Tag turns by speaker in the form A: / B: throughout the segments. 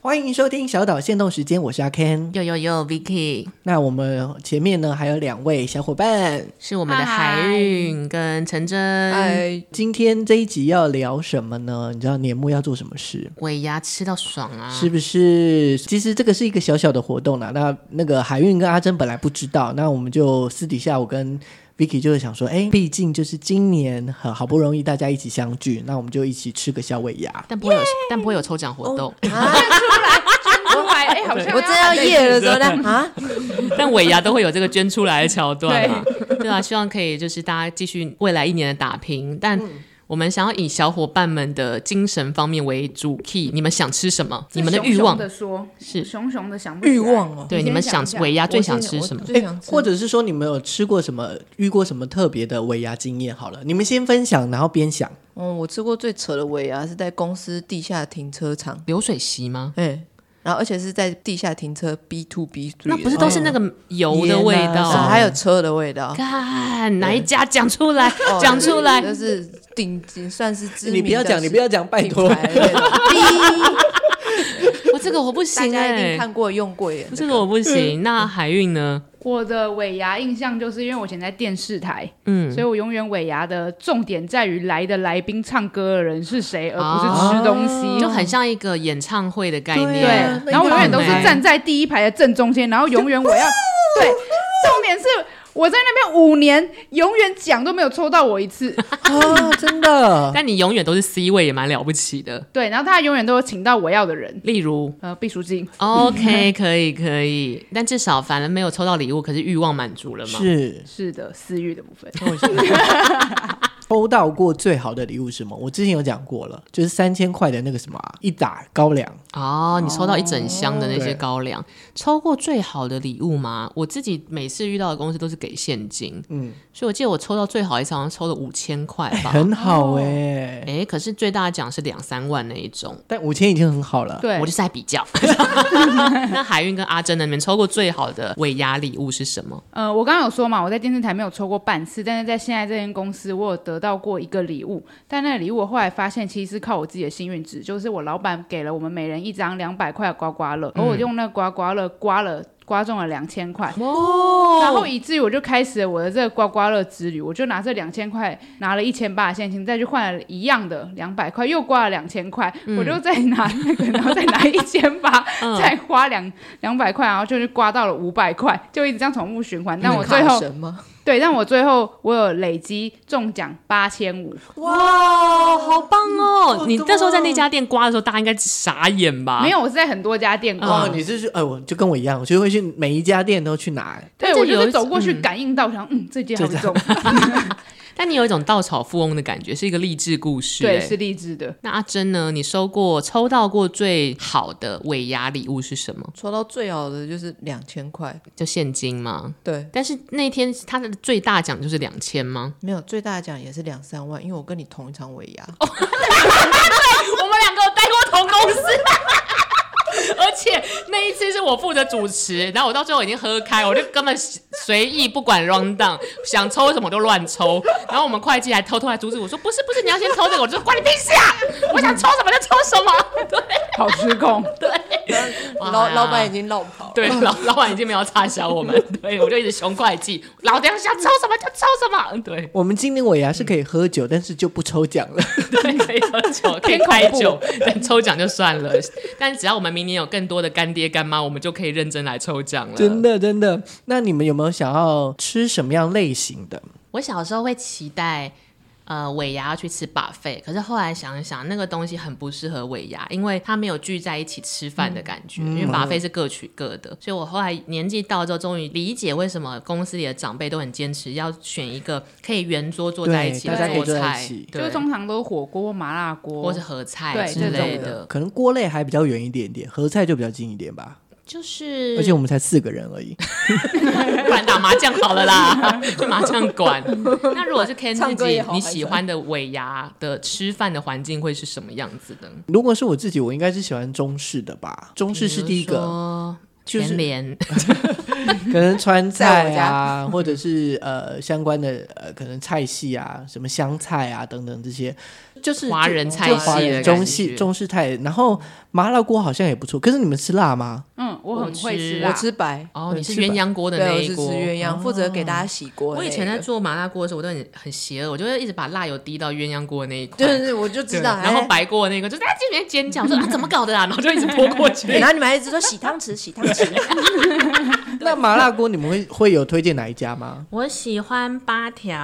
A: 欢迎收听小岛限动时间，我是阿 Ken。
B: 呦呦呦，Vicky
A: 那我们前面呢还有两位小伙伴，
B: 是我们的海运跟陈真，
A: 哎，今天这一集要聊什么呢？你知道年末要做什么事？
B: 尾牙吃到爽啊！
A: 是不是？其实这个是一个小小的活动啦。那那个海运跟阿珍本来不知道，那我们就私底下我跟 Vicky 就是想说，哎，毕竟就是今年很好不容易大家一起相聚，那我们就一起吃个小尾牙。
B: 但不会有，但不会有抽奖活 动，
C: 啊
D: 出来，哎，好像
C: 我真的要
D: 耶！
C: 夜 了之后呢啊，
B: 但尾牙都会有这个捐出来的桥段啊， 对啊，希望可以就是大家继续未来一年的打拼，但。我们想要以小伙伴们的精神方面为主 key，你们想吃什么？你们的欲望
D: 的说，
B: 是
D: 熊熊的想不起来
C: 欲望哦，哎
B: 对
D: 你
B: 你们
D: 先
B: 想
D: 讲一下
B: 尾牙
C: 他
B: 啊最想吃什么？
C: 最想吃，
A: 或者是说你们有吃过什么、遇过什么特别的尾牙经验？好了，你们先分享，然后边想。
C: 嗯，我吃过最扯的尾牙是在公司地下停车场，
B: 流水席吗？
C: 哎，然后而且是在地下停车 B to B，哦
B: 那不是都是那个油的味
A: 盐
B: 道？
A: 啊
C: 还有车的味道，
B: 看哪一家讲出来，
C: 哦
B: 讲出来，
C: 就是顶级算是知名的，
A: 你不要讲，你不要讲，拜托。
B: 我哦这个我不
C: 大
B: 行
C: 家一
B: 哎、
C: 定看过用过耶，
B: 这个我不
D: 嗯
B: 行。那海运呢？
D: 我的尾牙印象就是因为我以前在电视台，
B: 嗯，
D: 所以我永远尾牙的重点在于来的来宾唱歌的人是谁，而不是吃东
C: 嗯
D: 西。
B: 哦就很像一个演唱会的概
A: 对
B: 念。
D: 对，
C: 啊
D: 啊然后我永远都是站在第一排的正中间，然后永远 我要对，重点是我在那边五年，永远奖都没有抽到我一次。
A: 啊，真的。
B: 但你永远都是 C 位，也蛮了不起的。
D: 对，然后他永远都有请到我要的人，
B: 例如哦
C: 嗯
D: 呃，毕书尽。
B: ，OK，可 以可以，但至少反正没有抽到礼物，可是欲望满足了 嘛。
A: 是
D: 是的，私欲的部分。
A: 抽到过最好的礼物是什么？我之前有讲过了，就是三千块的那个什么啊、一打高粱，
B: 哦，你抽到一整箱的那
D: 哦
B: 些
A: 对
B: 高粱，抽过最好的礼物吗？我自己每次遇到的公司都是给现金，
A: 嗯，
B: 所以我记得我抽到最好一次好像抽了五千块吧。
A: 很好哎、
B: 哎、可是最大的奖是两三万那一种。
A: 但五千已经很好了。
D: 对，
B: 我就是在比 较。那海运跟阿珍呢？你们抽过最好的尾牙礼物是什么？
D: 呃，我刚刚有说嘛，我在电视台没有抽过半次，但是在现在这间公司，我有得到过一个礼物，但那个礼物我后来发现其实是靠我自己的幸运值，就是我老板给了我们每人一张两百块的刮刮乐，而我用那个刮刮乐刮了。刮中了两千块，
B: 哦
D: 然后以至于我就开始了我的这个刮刮乐之旅。我就拿这两千块，拿了一千八的现金，再去换了一样的两百块，又刮了两千块，我就再拿那个，然后再拿一千八，再花两两百块，然后就是刮到了五百块，就一直这样重复循环。但我最后
C: 什么？
D: 对，但我最后我有累积中奖八千五，
B: 哇，好棒哦！你那时候在那家店刮的时候，大家应该傻眼吧？
D: 没有，我是在很多家店
B: 啊
D: 逛。
A: 哦，你是去，哎、我就跟我一样，我就会去每一家店都去拿。欸
D: 对，
B: 但
D: 我
B: 就有
D: 就
B: 一
D: 是走过去
B: 嗯
D: 感应到，想，嗯，这件好
A: 这
D: 重，
B: 但你有一种稻草富翁的感觉，是一个励志故事、
D: 对，
B: 哎
D: 是励志的。
B: 那阿珍呢？你收过抽到过最好的尾牙礼物是什么？
C: 抽到最好的就是两千块，
B: 就现金吗？
C: 对，
B: 但是那天他的最大奖就是两千吗？
C: 没有最大的奖也是两三万，因为我跟你同一场尾牙，
B: 哦 我们两个有待过同公司。而且那一次是我负责主持，然后我到最后已经喝开，我就根本随意不管 round down，想抽什么就乱抽。然后我们会计还偷偷来阻止我说：“不是不是，你要先抽这个。”我就说：“关你屁事啊！我想抽什么就抽什么。
D: 好失 控，
B: 哇
C: 老老板已经绕跑了。
B: 对”对，老老板已经没有插销我们，对我就一直熊会计，老娘想抽什么就抽什么。对
A: 我们今年尾牙是可以喝酒，但是就不抽奖 了。
B: 对，可以喝酒，可以开酒，但抽奖就算了。但只要我们明年有更多的干爹干妈，我们就可以认真来抽奖了。
A: 真的，真的。那你们有没有想要吃什么样类型的？
B: 我小时候会期待，呃，尾牙要去吃 buffet，可是后来想一想，那个东西很不适合尾牙，因为它没有聚在一起吃饭的感觉，因为 buffet 是各取各的。所以我后来年纪到了之后，终于理解为什么公司里的长辈都很坚持要选一个可以圆桌坐在一起
A: 对
D: 大家可以
B: 做
A: 坐在
B: 菜
A: 一起，
D: 就是
B: 对，
D: 通常都是火锅、麻辣锅，
B: 或是合菜
D: 对
B: 之类
C: 这种
B: 的，
A: 可能锅类还比较远一点点，合菜就比较近一点吧。
B: 就是
A: 而且我们才四个人而已。
B: 不然打麻将好了啦， 去麻将馆。那如果是 Ken
C: 唱
B: 自
C: 歌
B: 己
C: 也好
B: 你喜欢的尾牙的吃饭的环境会是什么样子的？
A: 如果是我自己，我应该是喜欢中式的吧。中式是第一个，
B: 个。
A: 就
B: 全
A: 是
B: 联，
A: 可能 川
C: 在
A: 菜
C: 我
A: 啊，或者是呃相关的呃可能菜系啊，什么湘菜啊等等这些， 就是
B: 华人
A: 就
B: 菜
A: 就华
B: 系
A: 人
B: 的
A: 中
B: 感
A: 系
B: 觉
A: 中式菜，然后麻辣锅好像也不错。可是你们吃辣吗？
D: 嗯，我
B: 我
D: 很会
B: 吃
D: 吃
B: 啊
D: 辣
C: 我，吃白，
B: 哦，你是
A: 呃是吧
B: 鸳鸯锅的
C: 对，啊
B: 那
C: 我
B: 一
C: 是吃
B: 锅。哦
C: 鸳鸯，负责给大家洗锅。
B: 我以前在，做麻辣锅的时候，我都很很邪恶，我就会一直把辣油滴到鸳鸯锅的那一块，
C: 就是 我就知道，
B: 对然后
C: 哎
B: 白锅的那个就是在这边尖叫，我说啊怎么搞的啊，然后就一直泼过去。
C: 然后你们还一直说洗汤匙，洗汤匙，
A: 那麻辣锅你们会会有推荐哪一家吗？
B: 我喜欢八条，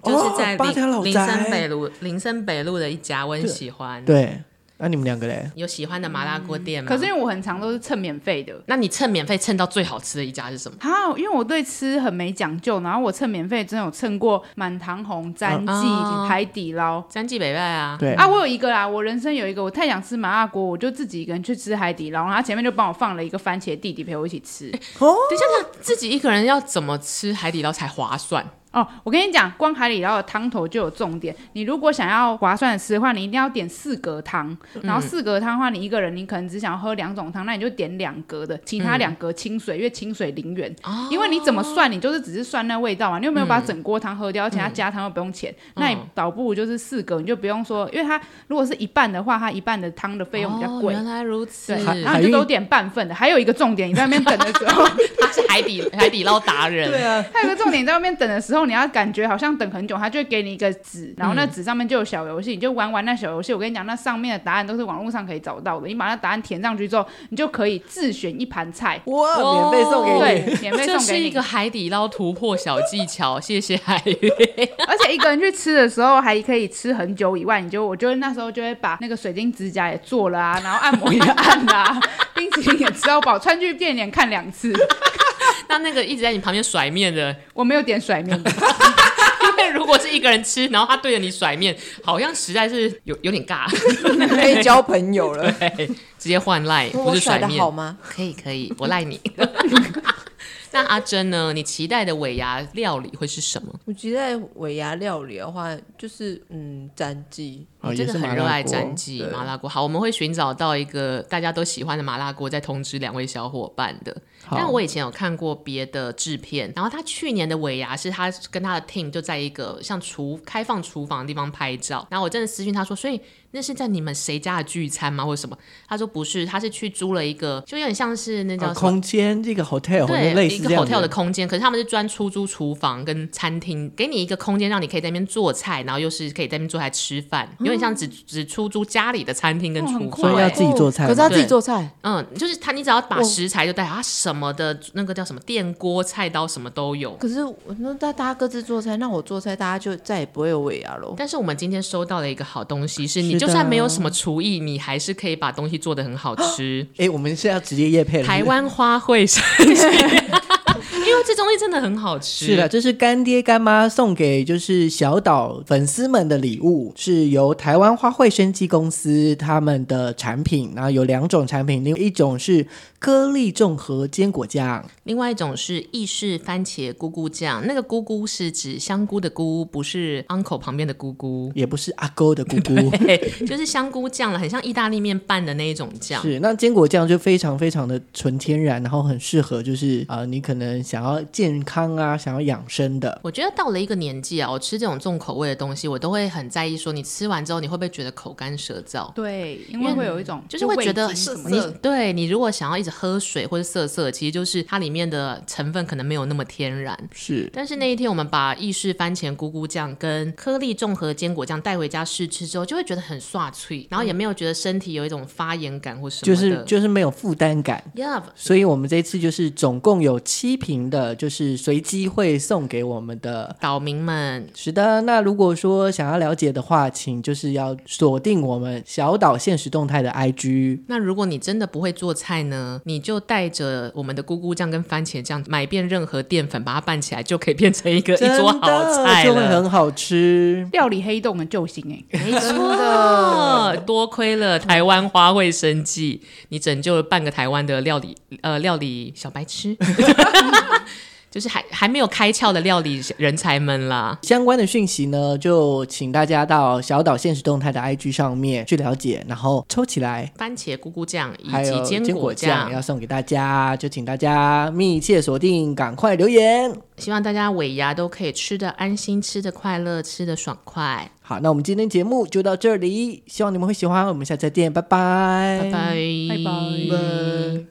A: 哦
B: 就是在
A: 八条老
B: 林林
A: 宅
B: 森北路林森北路的一家，我很喜欢。
A: 对，那、你们两个嘞？
B: 有喜欢的麻辣锅店吗？
D: 可是因为我很常都是蹭免费的。
B: 那你蹭免费蹭到最好吃的一家是什么？
D: 啊，因为我对吃很没讲究，然后我蹭免费真的有蹭过满堂红、詹记、
B: 啊
D: 海底捞。
B: 三记北拜啊，
A: 对
D: 啊，我有一个啦，我人生有一个，我太想吃麻辣锅，我就自己一个人去吃海底捞，然后他前面就帮我放了一个番茄弟弟陪我一起吃。
A: 哦
B: 等一下，那自己一个人要怎么吃海底捞才划算？
D: 哦，我跟你讲，光海底捞的汤头就有重点。你如果想要划算的吃的话，你一定要点四格汤。
B: 嗯
D: 然后四格汤的话，你一个人你可能只想要喝两种汤，那你就点两格的，其他两格清
B: 嗯
D: 水，因为清水零元。
B: 哦
D: 因为你怎么算，你就是只是算那味道嘛，你有没有把整锅汤喝掉，而且它加汤又不用钱。
B: 嗯
D: 那你倒不如就是四格，你就不用说，因为它如果是一半的话，它一半的汤的费用比较
B: 哦
D: 贵。
B: 原来如此
D: 对，，
A: 海
D: 然后你就都点半份的。还有一个重点，你在那边等的时候，
B: 他是海底海底捞达人。
A: 对啊，
D: 还有个重点，在外面等的时候，你要感觉好像等很久，他就会给你一个纸，然后那纸上面就有小游戏，你就玩玩那小游戏。我跟你讲，那上面的答案都是网络上可以找到的，你把那答案填上去之后，你就可以自选一盘 菜，
A: 哇，免费送
B: 哦
A: 给你。
D: 对，免费
B: 这
D: 送
B: 是
D: 给
B: 一
D: 你
B: 个。海底捞突破小技巧，谢谢海云。
D: 而且一个人去吃的时候，还可以吃很久以外，你就我觉得那时候就会把那个水晶指甲也做了啊，然后按摩也按啦、冰淇淋也吃到饱，川剧电影也看两 次。
B: 那那个一直在你旁边甩面的，
D: 我没有点甩面的，
B: 因为如果是一个人吃，然后他对着你甩面，好像实在是有有点尬，
C: 可以交朋友了。
B: 直接换赖，不
C: 我
B: 是
C: 甩的
B: 面
C: 好。吗？
B: 可以可以，我赖你。 那阿珍呢？你期待的尾牙料理会是什么？
C: 我觉得尾牙料理的话，就是嗯，战绩
A: 哦
B: 你真
A: 也
B: 的
A: 是
B: 很
A: 麻
B: 热
A: 辣
B: 爱
A: 锅
B: 战绩麻辣锅。好，我们会寻找到一个大家都喜欢的麻辣锅，再通知两位小伙伴的。
A: 好
B: 但我以前有看过别的制片，然后他去年的尾牙是他跟他的 team 就在一个像厨开放厨房的地方拍照，然后我真的私讯他说，所以那是在你们谁家的聚餐吗，或者什么？他说不是，他是去租了一个，就有点像是那叫
A: 啊
B: 什么
A: 空间这个 hotel
B: 对，
A: 类
B: 一
A: 似
B: 个
A: 这样
B: hotel 的空间，可是他们是专出租厨房跟餐厅，给你一个空间，让你可以在那边做菜，然后又是可以在那边坐下吃饭，有点像只只出租家里的餐厅跟
D: 哦嗯哦很
B: 厨
D: 酷
A: 所以
B: 房
D: 欸。
A: 要自己做菜吗
C: 哦可是他自己做菜，
B: 嗯，就是他，你只要把食材就带好，他什么的那个叫什么电锅、菜刀什么都有。
C: 可是我那大大家各自做菜，那我做菜，大家就再也不会有尾牙喽。
B: 但是我们今天收到了一个好东西，是你
A: 是
B: 就算
A: 的
B: 没有什么厨艺，你还是可以把东西做得很好吃。
A: 哎、我们是要直接夜配了
B: 台
A: 是不是
B: 湾花卉神奇， 因为这东西真的很好吃。
A: 是的，这是干爹干妈送给就是小岛粉丝们的礼物，是由台湾花卉生机公司他们的产品，然后有两种产品，另一种是颗粒综合坚果酱，
B: 另外一种是意式番茄咕咕酱，那个咕咕是指香菇的菇，不是 uncle 旁边的咕 咕，
A: 也不是阿勾的姑姑。
B: 就是香菇酱了，很像意大利面拌的那一种酱。
A: 是，那坚果酱就非常非常的纯天然，然后很适合就是啊、呃你可能想要健康啊，想要养生的，
B: 我觉得到了一个年纪啊，我吃这种重口味的东西，我都会很在意，说你吃完之后你会不会觉得口干舌燥。
D: 对，因为会有一种
B: 就是会觉得
D: 味精什么的
B: 你对你如果想要一直喝水或者涩涩，其实就是它里面的成分可能没有那么天然。
A: 是
B: 但是那一天我们把意式番茄咕咕酱跟颗粒综合坚果酱带回家试吃之后，就会觉得很刷脆，然后也没有觉得身体有一种发炎感或什
A: 嗯
B: 么
A: 就
B: 的。
A: 是就是没有负担感。
B: Yeah，
A: 所以我们这次就是总共有七瓶的，就是随机会送给我们的。
B: 岛民们，
A: 是的，那如果说想要了解的话，请就是要锁定我们小岛现实动态的 IG。
B: 那如果你真的不会做菜呢，你就带着我们的咕咕酱跟番茄酱，买遍任何淀粉，把它拌起来，就可以变成 一个一桌好
A: 真
B: 菜
A: 的就会
B: 了。
A: 很好吃。
D: 料理黑洞的救星哎、
B: 没错，多亏了台湾花卉生计，你拯救了半个台湾的料理呃料理小白痴。 就是还还没有开窍的料理人才们啦。
A: 相关的讯息呢，就请大家到小岛现实动态的 IG 上面去了解，然后抽起来。
B: 番茄咕咕酱以
A: 还
B: 及
A: 有坚
B: 果
A: 酱要送给大家，就请大家密切锁定，赶快留言。
B: 希望大家尾牙都可以吃的安心，吃的快乐，吃的爽快。
A: 好，那我们今天节目就到这里，希望你们会喜欢，我们下次再见，拜拜，
B: 拜拜，
D: 拜拜
B: 拜。